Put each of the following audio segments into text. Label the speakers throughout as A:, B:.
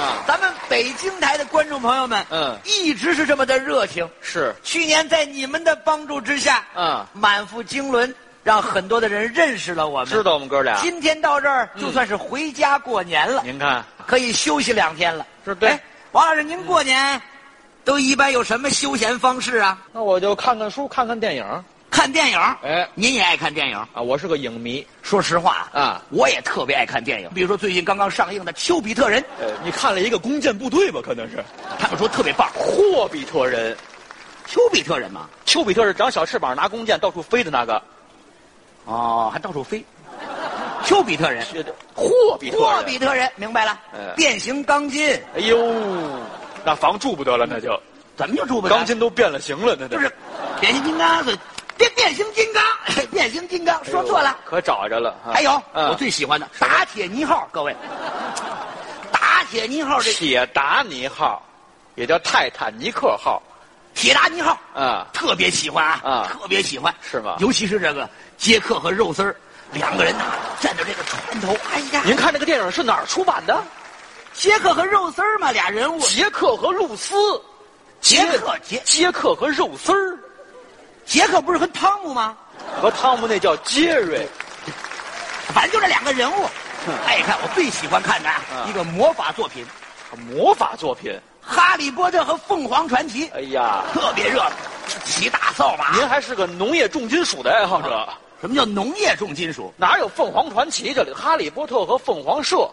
A: 嗯
B: 咱们北京台的观众朋友们，
A: 嗯
B: 一直是这么的热情。
A: 是
B: 去年在你们的帮助之下，
A: 嗯
B: 满腹经纶，让很多的人认识了我们。
A: 知道我们哥俩。
B: 今天到这儿就算是回家过年了，
A: 您看，
B: 可以休息两天了。
A: 嗯是对
B: 哎王老师，您过年都一般有什么休闲方式啊？
A: 那我就看看书，看看电影。
B: 看电影。
A: 哎，
B: 您也爱看电影？
A: 啊，我是个影迷。
B: 说实话
A: 啊
B: 我也特别爱看电影。比如说最近刚刚上映的《丘比特人》，
A: 呃，你看了一个弓箭部队吧？可能是
B: 他们说特别棒。
A: 霍比特人。
B: 丘比特人嘛，
A: 丘比特是长小翅膀，拿弓箭到处飞的那个。
B: 哦，还到处飞。丘比特人，
A: 是的霍比特人。
B: 霍比特人，明白了。
A: 嗯
B: 变形钢筋
A: 哎呦，那防住不得了，那就
B: 怎么就住不了？
A: 钢筋都变了形了，那
B: 就是变形金刚，对变变形金刚， 变形金刚说错了。
A: 可找着了。啊
B: 还有
A: 嗯
B: 我最喜欢的打铁尼号，各位，打铁尼号这
A: 铁达尼号，也叫泰坦尼克号
B: 铁达尼号，
A: 啊。
B: 特别喜欢啊，
A: 啊
B: 特别喜欢，
A: 是吗
B: 尤其是这个杰克和肉丝儿两个人呐、站在这个船头，哎呀，
A: 您看这个电影是哪儿出版的？
B: 杰克和肉丝儿嘛，俩人物，
A: 杰克和露丝，
B: 杰克杰
A: 杰克和肉丝儿，
B: 杰克不是和汤姆吗？
A: 和汤姆那叫杰瑞。
B: 反正就这两个人物
A: 哼。
B: 哎，看我最喜欢看的啊
A: 嗯
B: 一个魔法作品
A: 魔法作品。
B: 《哈利波特和凤凰传奇》，
A: 哎呀，
B: 特别热闹，骑大扫把。
A: 您还是个农业重金属的爱好者，
B: 什么叫农业重金属
A: 哪有凤凰传奇这里？哈利波特和凤凰社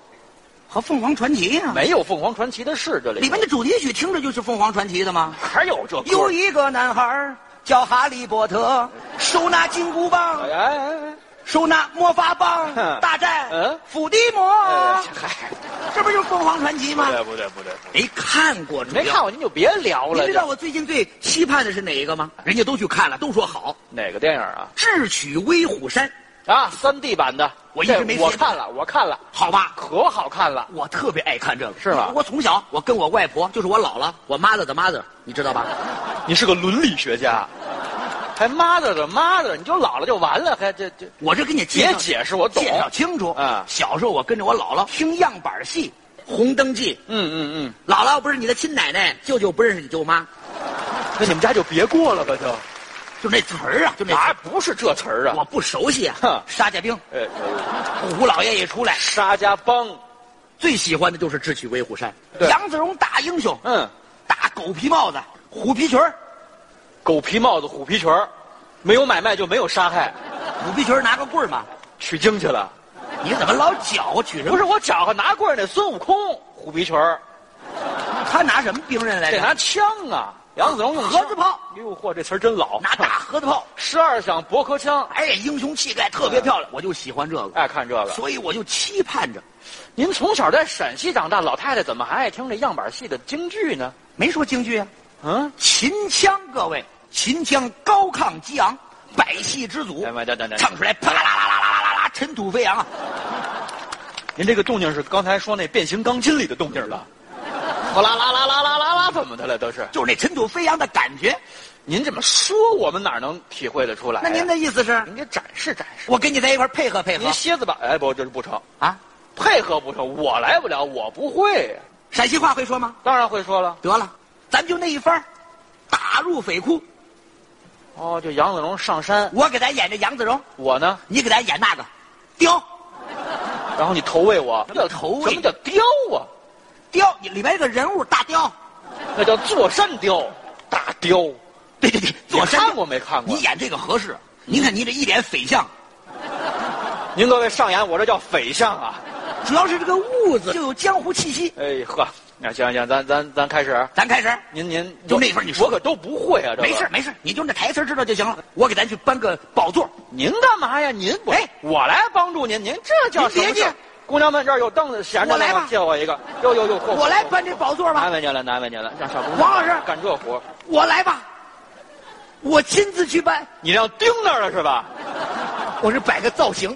B: 和凤凰传奇啊？
A: 没有凤凰传奇的事，这里
B: 里面的主题曲听着就是凤凰传奇的吗？
A: 哪有这歌？
B: 有一个男孩儿叫哈利波特，手拿金箍棒
A: 哎，哎哎
B: 手拿魔法 棒，
A: 哼
B: 大战
A: 嗯
B: 伏地魔
A: 哎，，嗨，
B: 这不就是凤凰传奇吗
A: 不？对不对不对，
B: 没看过，
A: 没看过您就别聊
B: 你
A: 了。
B: 知道我最近最期盼的是哪一个吗？人家都去看了，都说好，
A: 这哪个电影啊？
B: 《智取威虎山》
A: 啊，三 D 版的，
B: 我一直
A: 这
B: 没接
A: 我
B: 触
A: 看了，我看了，
B: 好吧？
A: 可好看了。
B: 我特别爱看这个，
A: 是吗
B: 我从小，我跟我外婆，就是我姥姥，我 mother 的 mother，你知道吧？
A: 你是个伦理学家，还 mother 的 mother，你就老了就完了，还这这
B: 我这给你介
A: 别
B: 绍
A: 解释，我懂
B: 介。绍清楚。
A: 嗯
B: 小时候我跟着我姥姥听样板戏《红灯记》，
A: 嗯嗯嗯，
B: 姥姥不是你的亲奶奶，舅舅不认识你舅妈，
A: 那你们家就别过了吧，就。
B: 就那词儿啊，就那词
A: 哪
B: 儿
A: 不是这词儿啊？
B: 我不熟悉啊
A: 哼。
B: 沙家兵，
A: 呃，
B: 胡老爷一出来，
A: 沙家浜，
B: 最喜欢的就是智取威虎山。
A: 对
B: 杨子荣大英雄，
A: 嗯，
B: 大狗皮帽子，虎皮裙儿
A: 狗皮帽子、虎皮裙儿，没有买卖就没有杀害，
B: 虎皮裙儿拿个棍儿嘛。
A: 取经去了。
B: 你怎么老搅和取人？
A: 不是我搅和拿棍儿那孙悟空虎皮裙儿，
B: 他拿什么兵刃来
A: 这
B: 着？
A: 拿枪啊，哎杨子荣用
B: 盒
A: 枪
B: 子炮，
A: 哎呦嚯，这词儿真老。
B: 拿大盒子炮。
A: 十二响驳壳枪，
B: 哎，英雄气概特别漂亮，我就喜欢这个，
A: 爱看这个。
B: 所以我就期盼着。
A: 您从小在陕西长大，老太太怎么还爱听这样板戏的京剧呢？
B: 没说京剧啊，
A: 嗯，
B: 秦腔，各位，秦腔高亢激昂，百戏之祖
A: 哎，妈等等等，
B: 唱出来啪啦啦啦啦啦啦啦，尘土飞扬啊！
A: 您这个动静是刚才说那变形钢筋里的动静吧？哗啦啦啦啦啦啦啦，怎么的了？都是。
B: 就是那尘土飞扬的感觉。
A: 您这么说，我们哪能体会得出来呀、
B: 那您的意思是，
A: 您给展示展示。
B: 我跟你在一块儿配合配合
A: 您蝎子吧？哎，不，这是不成，
B: 啊？
A: 配合不成，我来不了，我不会。
B: 陕西话会说吗？
A: 当然会说了。
B: 得了，咱就那一番儿，打入匪窟。
A: 哦，就杨子荣上山，
B: 我给咱演这杨子荣，
A: 我呢，
B: 你给咱演那个雕
A: 然后你投喂我，
B: 什么叫投喂
A: 什么叫雕啊？
B: 雕，你里边有个人物大雕，
A: 那叫座山雕，大雕。
B: 对对对，左山雕
A: 你看过没看过
B: 你？演这个合适。您看你这一脸匪相，
A: 您各位上演，我这叫匪相啊！
B: 主要是这个痦子就有江湖气息。
A: 哎呵，那行行，咱咱咱开始。啊
B: 咱开始，
A: 您您
B: 就那份你说
A: 我可都不会啊，这个
B: 没事。没事，你就那台词知道就行了。我给咱去搬个宝座，
A: 您干嘛呀？您不
B: 哎
A: 我来帮助您。您这叫
B: 您别
A: 什么事儿
B: 介
A: 姑娘们，这儿有凳子，闲着
B: 我来
A: 呢吗
B: 吧
A: 借我一个。哟哟哟，嚯
B: 我来
A: 嚯
B: 搬这宝座吧
A: 难。为您了，难为您了，让小姑娘
B: 王老师，
A: 干这活儿，
B: 我来吧，我亲自去搬，
A: 你让钉那儿了是吧？
B: 我是摆个造型。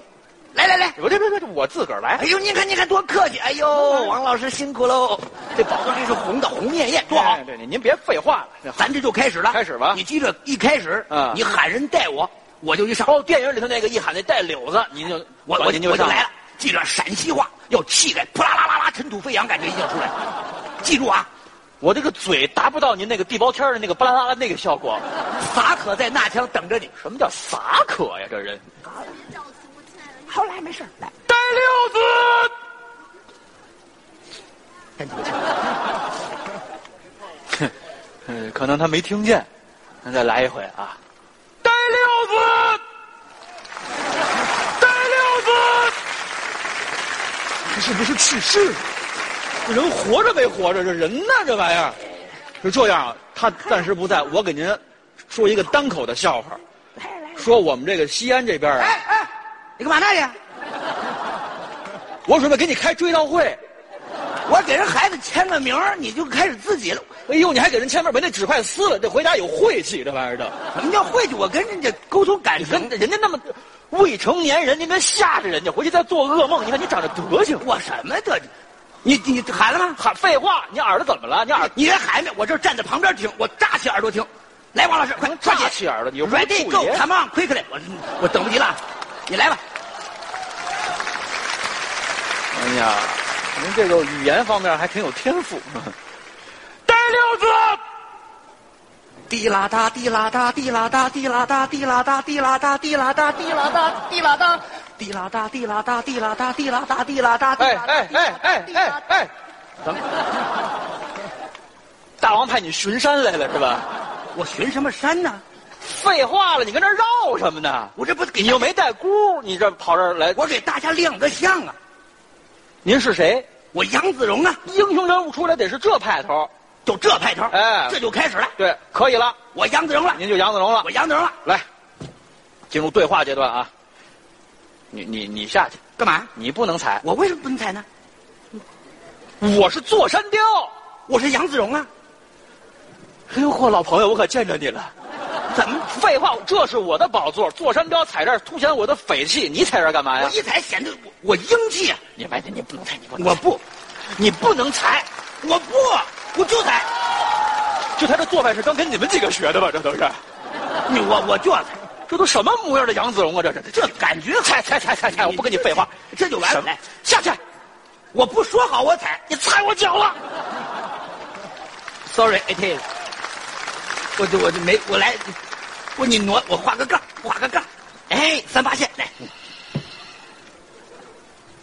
B: 来来来，
A: 我这这这，我自个儿来
B: 哎。呦，您看您看多客气，哎呦，王老师辛苦喽。这宝座这是红的，红艳艳，多好
A: 哎！对对，您别废话了。
B: 咱这就开始了，
A: 开始吧
B: 你记着，一开始，
A: 嗯
B: 你喊人带我，我就一上，
A: 哦，电影里头那个一喊那带柳子，您就
B: 我我
A: 您就
B: 我就
A: 上
B: 来了。记着，陕西话要气概，扑啦啦啦啦，尘土飞扬，感觉一定要出来。记住啊，
A: 我这个嘴达不到您那个地包天儿的那个巴拉巴拉那个效果。
B: 萨可在那枪等着你。
A: 什么叫撒可呀？这人，
B: 好，来，没事儿来，
A: 带六子。
B: 先举个枪。
A: 嗯，可能他没听见，那再来一回啊！带六子，带六子，
C: 这是不是去世了？
A: 人活着没活着？这人呢？这玩意儿，就这样啊。他暂时不在，我给您说一个单口的笑话，
B: 来来，
A: 说我们这个西安这边啊，
B: 哎哎，你干嘛呢你？
A: 我准备给你开追悼会。
B: 我给人孩子签个名儿你就开始自己了。
A: 哎呦，你还给人签名，把那纸快撕了，这回家有晦气，这玩意儿的。
B: 什么叫晦气？我跟人家沟通感
A: 你
B: 情
A: 跟，人家那么未成年人，您别吓着人家，回去再做噩梦。你看你长这德行，
B: 我什么的？你你喊了吗？
A: 喊废话，你耳朵怎么了？你耳
B: 你别喊呢，我这站在旁边听，我扎起耳朵听。来，王老师，快抓
A: 扎
B: 紧
A: 起耳朵，你又不是
B: ，Ready
A: 助
B: go
A: 理
B: come on quickly，我我等不及了，你来吧。
A: 哎呀，您这个语言方面还挺有天赋。带六子，
B: 滴啦哒滴啦哒滴啦哒滴啦哒滴啦哒滴啦哒滴啦哒滴啦哒滴啦哒滴啦哒滴啦哒滴啦哒滴啦哒滴啦哒滴
A: 哎
B: 啦
A: 哎哎哎哎哎，怎么？大王派你巡山来了是吧？
B: 我寻什么山呢？
A: 废话了，你跟这儿绕什么呢？
B: 我这不给
A: 你又没带箍，你这跑这儿来？
B: 我给大家亮个相啊！
A: 您是谁？
B: 我杨子荣啊，
A: 英雄人物出来得是这派头。
B: 就这派头，
A: 哎
B: 这就开始了。
A: 对，可以了，
B: 我杨子荣了，
A: 您就杨子荣了
B: 我。杨子荣了，
A: 来，进入对话阶段啊。你你你下去，
B: 干嘛？
A: 你不能踩。
B: 我为什么不能踩呢？
A: 我是座山雕。
B: 我是杨子荣啊！
A: 哎呦嚯，老朋友，我可见着你了。
B: 怎么？
A: 废话，这是我的宝座，坐山雕踩这儿凸显我的匪气，你踩这儿干嘛
B: 我
A: 呀？
B: 一踩显得我我英气啊！
A: 你白天你不能踩，你不能
B: 我
A: 踩，
B: 不，哎
A: 你不能踩，
B: 我不，我就踩，
A: 就他这做派是刚跟你们几个学的吧？这都是，
B: 你我我就要踩，
A: 这都什么模样的杨子荣啊？这是，
B: 这感觉
A: 踩踩踩踩踩，我不跟你废话，
B: 这就完
A: 什
B: 了。
A: 么
B: 来，
A: 下去，
B: 我不说好我踩
A: 你踩我脚了。
B: ，sorry it is。我就我就没我来，我你挪我画个杠，画个杠，哎，三八线来，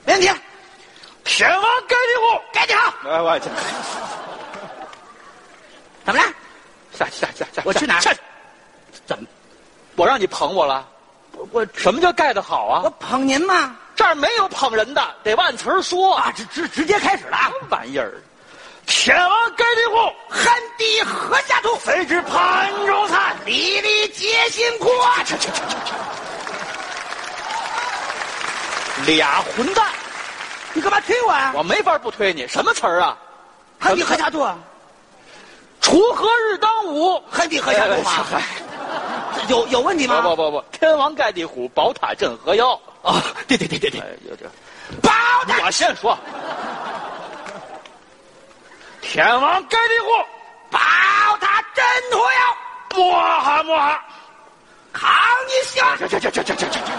B: 没问题，
A: 天王盖地
B: 该你好，
A: 虎，哎我去，
B: 怎么了？
A: 下去下去下去，
B: 我去哪儿
A: 下去，
B: 怎么？
A: 我让你捧我了。
B: 我我
A: 什么叫盖得好啊
B: 我？捧您嘛
A: 这儿没有捧人的，得按词儿说啊。
B: 啊，直直直接开始了啊
A: 什！么玩意儿？天王盖地虎。
B: 汗滴禾下土，
A: 谁知盘中餐？
B: 粒粒皆辛苦啊！这这这这这，
A: 俩混蛋！
B: 你干嘛推我呀、啊？
A: 我没法不推你。什么词儿啊？
B: 汗滴禾下土，
A: 锄禾日当午。
B: 汗滴禾下土嘛，
A: 哎
B: 有有问题吗？
A: 不不不不，天王盖地虎，宝塔镇河哎妖。
B: 哦，对对对对对
A: 哎，有这，
B: 包的
A: 我先说。天王盖地虎，
B: 包他真屠妖，
A: 摸哈摸哈。
B: 扛你笑。
A: 这这这这这这这这，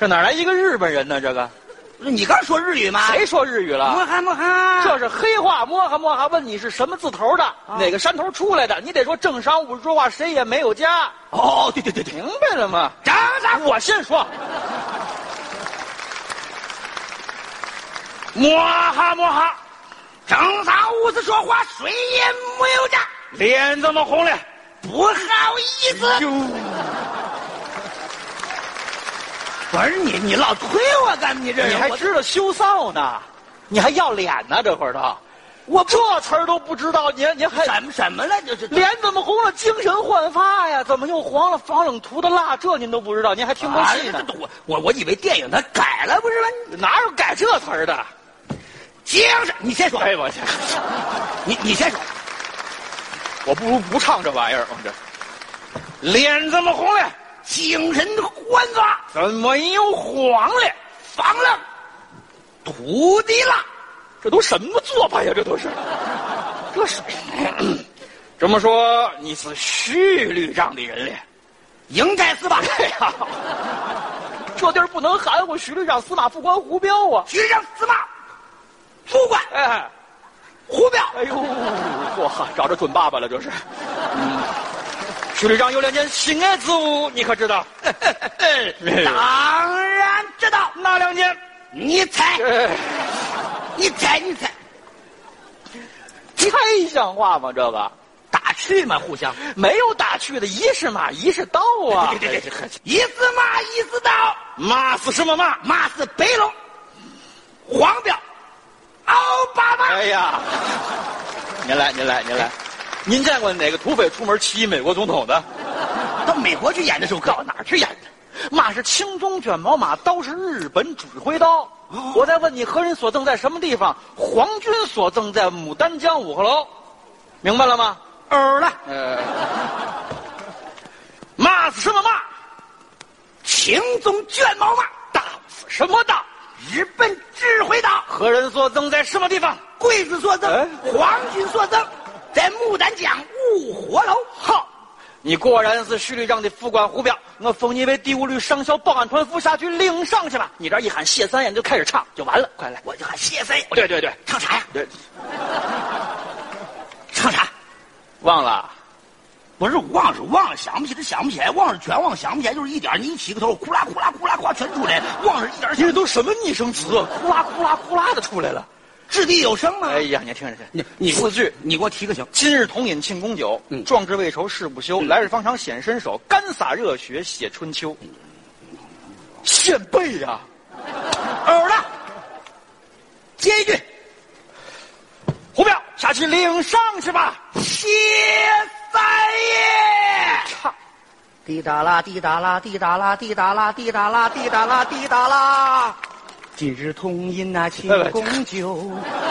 A: 这哪来一个日本人呢？这个
B: 啊你刚说日语吗？
A: 谁说日语了？
B: 摸哈摸哈，
A: 这是黑话，摸哈摸哈，问你是什么字头的，
B: 啊
A: 哪个山头出来的，你得说正商务说话，谁也没有家，
B: 哦对对对对，
A: 明白了吗？
B: 张三
A: 我先说，摸哈摸哈，
B: 正常屋子说话谁也没有家，
A: 脸怎么红了？
B: 不好意思。
A: 哟，
B: 不是你你老推我干嘛？你这
A: 你
B: 人
A: 还
B: 我
A: 知道羞臊呢？你还要脸呢？这会儿都，
B: 我不
A: 这词儿都不知道，您您还
B: 什么什么了？这是
A: 脸怎么红了？精神焕发呀？怎么又黄了？防冷涂的蜡，这您都不知啊道？您还听过
B: 哎
A: 戏呢？
B: 这我我我以为电影它改了不是吗？
A: 哪有改这词儿的？
B: 精神，你先说，
A: 哎我去，
B: 你你先说，
A: 我不如不唱这玩意儿，我这脸怎么红了？
B: 精神欢发，
A: 怎么又黄了？
B: 防冷，土地了，
A: 这都什么做法呀？这都是，这是这么说你是徐律让的人了？
B: 应该是 吧？
A: 哎呀，这地儿不能含糊，徐律让司马副官胡彪啊！
B: 局长司马，不管
A: 哎，
B: 胡表。
A: 哎呦，哇，找着准爸爸了，这是。嗯徐旅长有两件心爱之物，你可知道？
B: 哎当然知道，
A: 哪两件？
B: 你 猜，
A: 哎
B: 你猜，你猜，
A: 猜像话吗？这个
B: 打趣嘛，互相。
A: 没有打趣的，一是马，一是道啊。
B: 对对对，一字马，一字刀，
A: 马是什么马？
B: 马是白龙，黄标，奥巴马。
A: 哎呀，您来，您来，您来，您见过哪个土匪出门骑美国总统的？
B: 到美国去演的时候，告哪儿去演的？
A: 马是青鬃卷毛马，刀是日本指挥刀。我再问你，何人所赠在什么地方？皇军所赠在牡丹江五合楼，明白了吗？
B: 欧了，
A: 呃，骂死什么骂？
B: 秦宗卷毛马，
A: 刀死什么刀？
B: 日本指挥刀，
A: 何人所赠在什么地方？
B: 刽子所赠
A: 哎，
B: 皇军所赠，在牡丹江五火楼。
A: 好，你果然是徐旅长的副官胡彪，我封你为第五旅上校保安团副下去领赏去吧。你这一喊谢三爷你就开始唱，就完了。快来！
B: 我就喊谢飞，
A: 哦对对对
B: 唱啥呀？
A: 对，
B: 唱啥？
A: 忘了。
B: 不是忘是忘了，想不起来想不起来，忘是全忘想不起来，就是一点儿你一起个头，呼啦呼啦呼啦哗全出来，忘是一点儿想
A: 因为都什么拟声词，啊呼啦呼啦呼啦的出来了。
B: 掷地有声吗？
A: 哎呀，你听着去，
B: 给我
A: 四句。
B: 你给我提个醒。
A: 今日同饮庆功酒，
B: 嗯
A: 壮志未酬誓不休。来日方长显身手，干洒热血写春秋。献背呀、
B: 偶的，接一句，
A: 胡彪下去领上去吧。
B: 谢三爷。
A: 唱，
B: 滴答啦，滴答啦，滴答啦，滴答啦，滴答啦，滴答啦，滴答啦。今日同饮那庆功酒，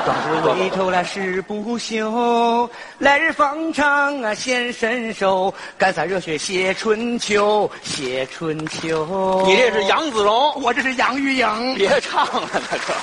B: 壮志未酬来誓不休。来日方长啊显身手，干洒哎热血写春秋，写春秋。
A: 你这是，杨子荣，
B: 我这是杨钰莹。
A: 别唱了，那这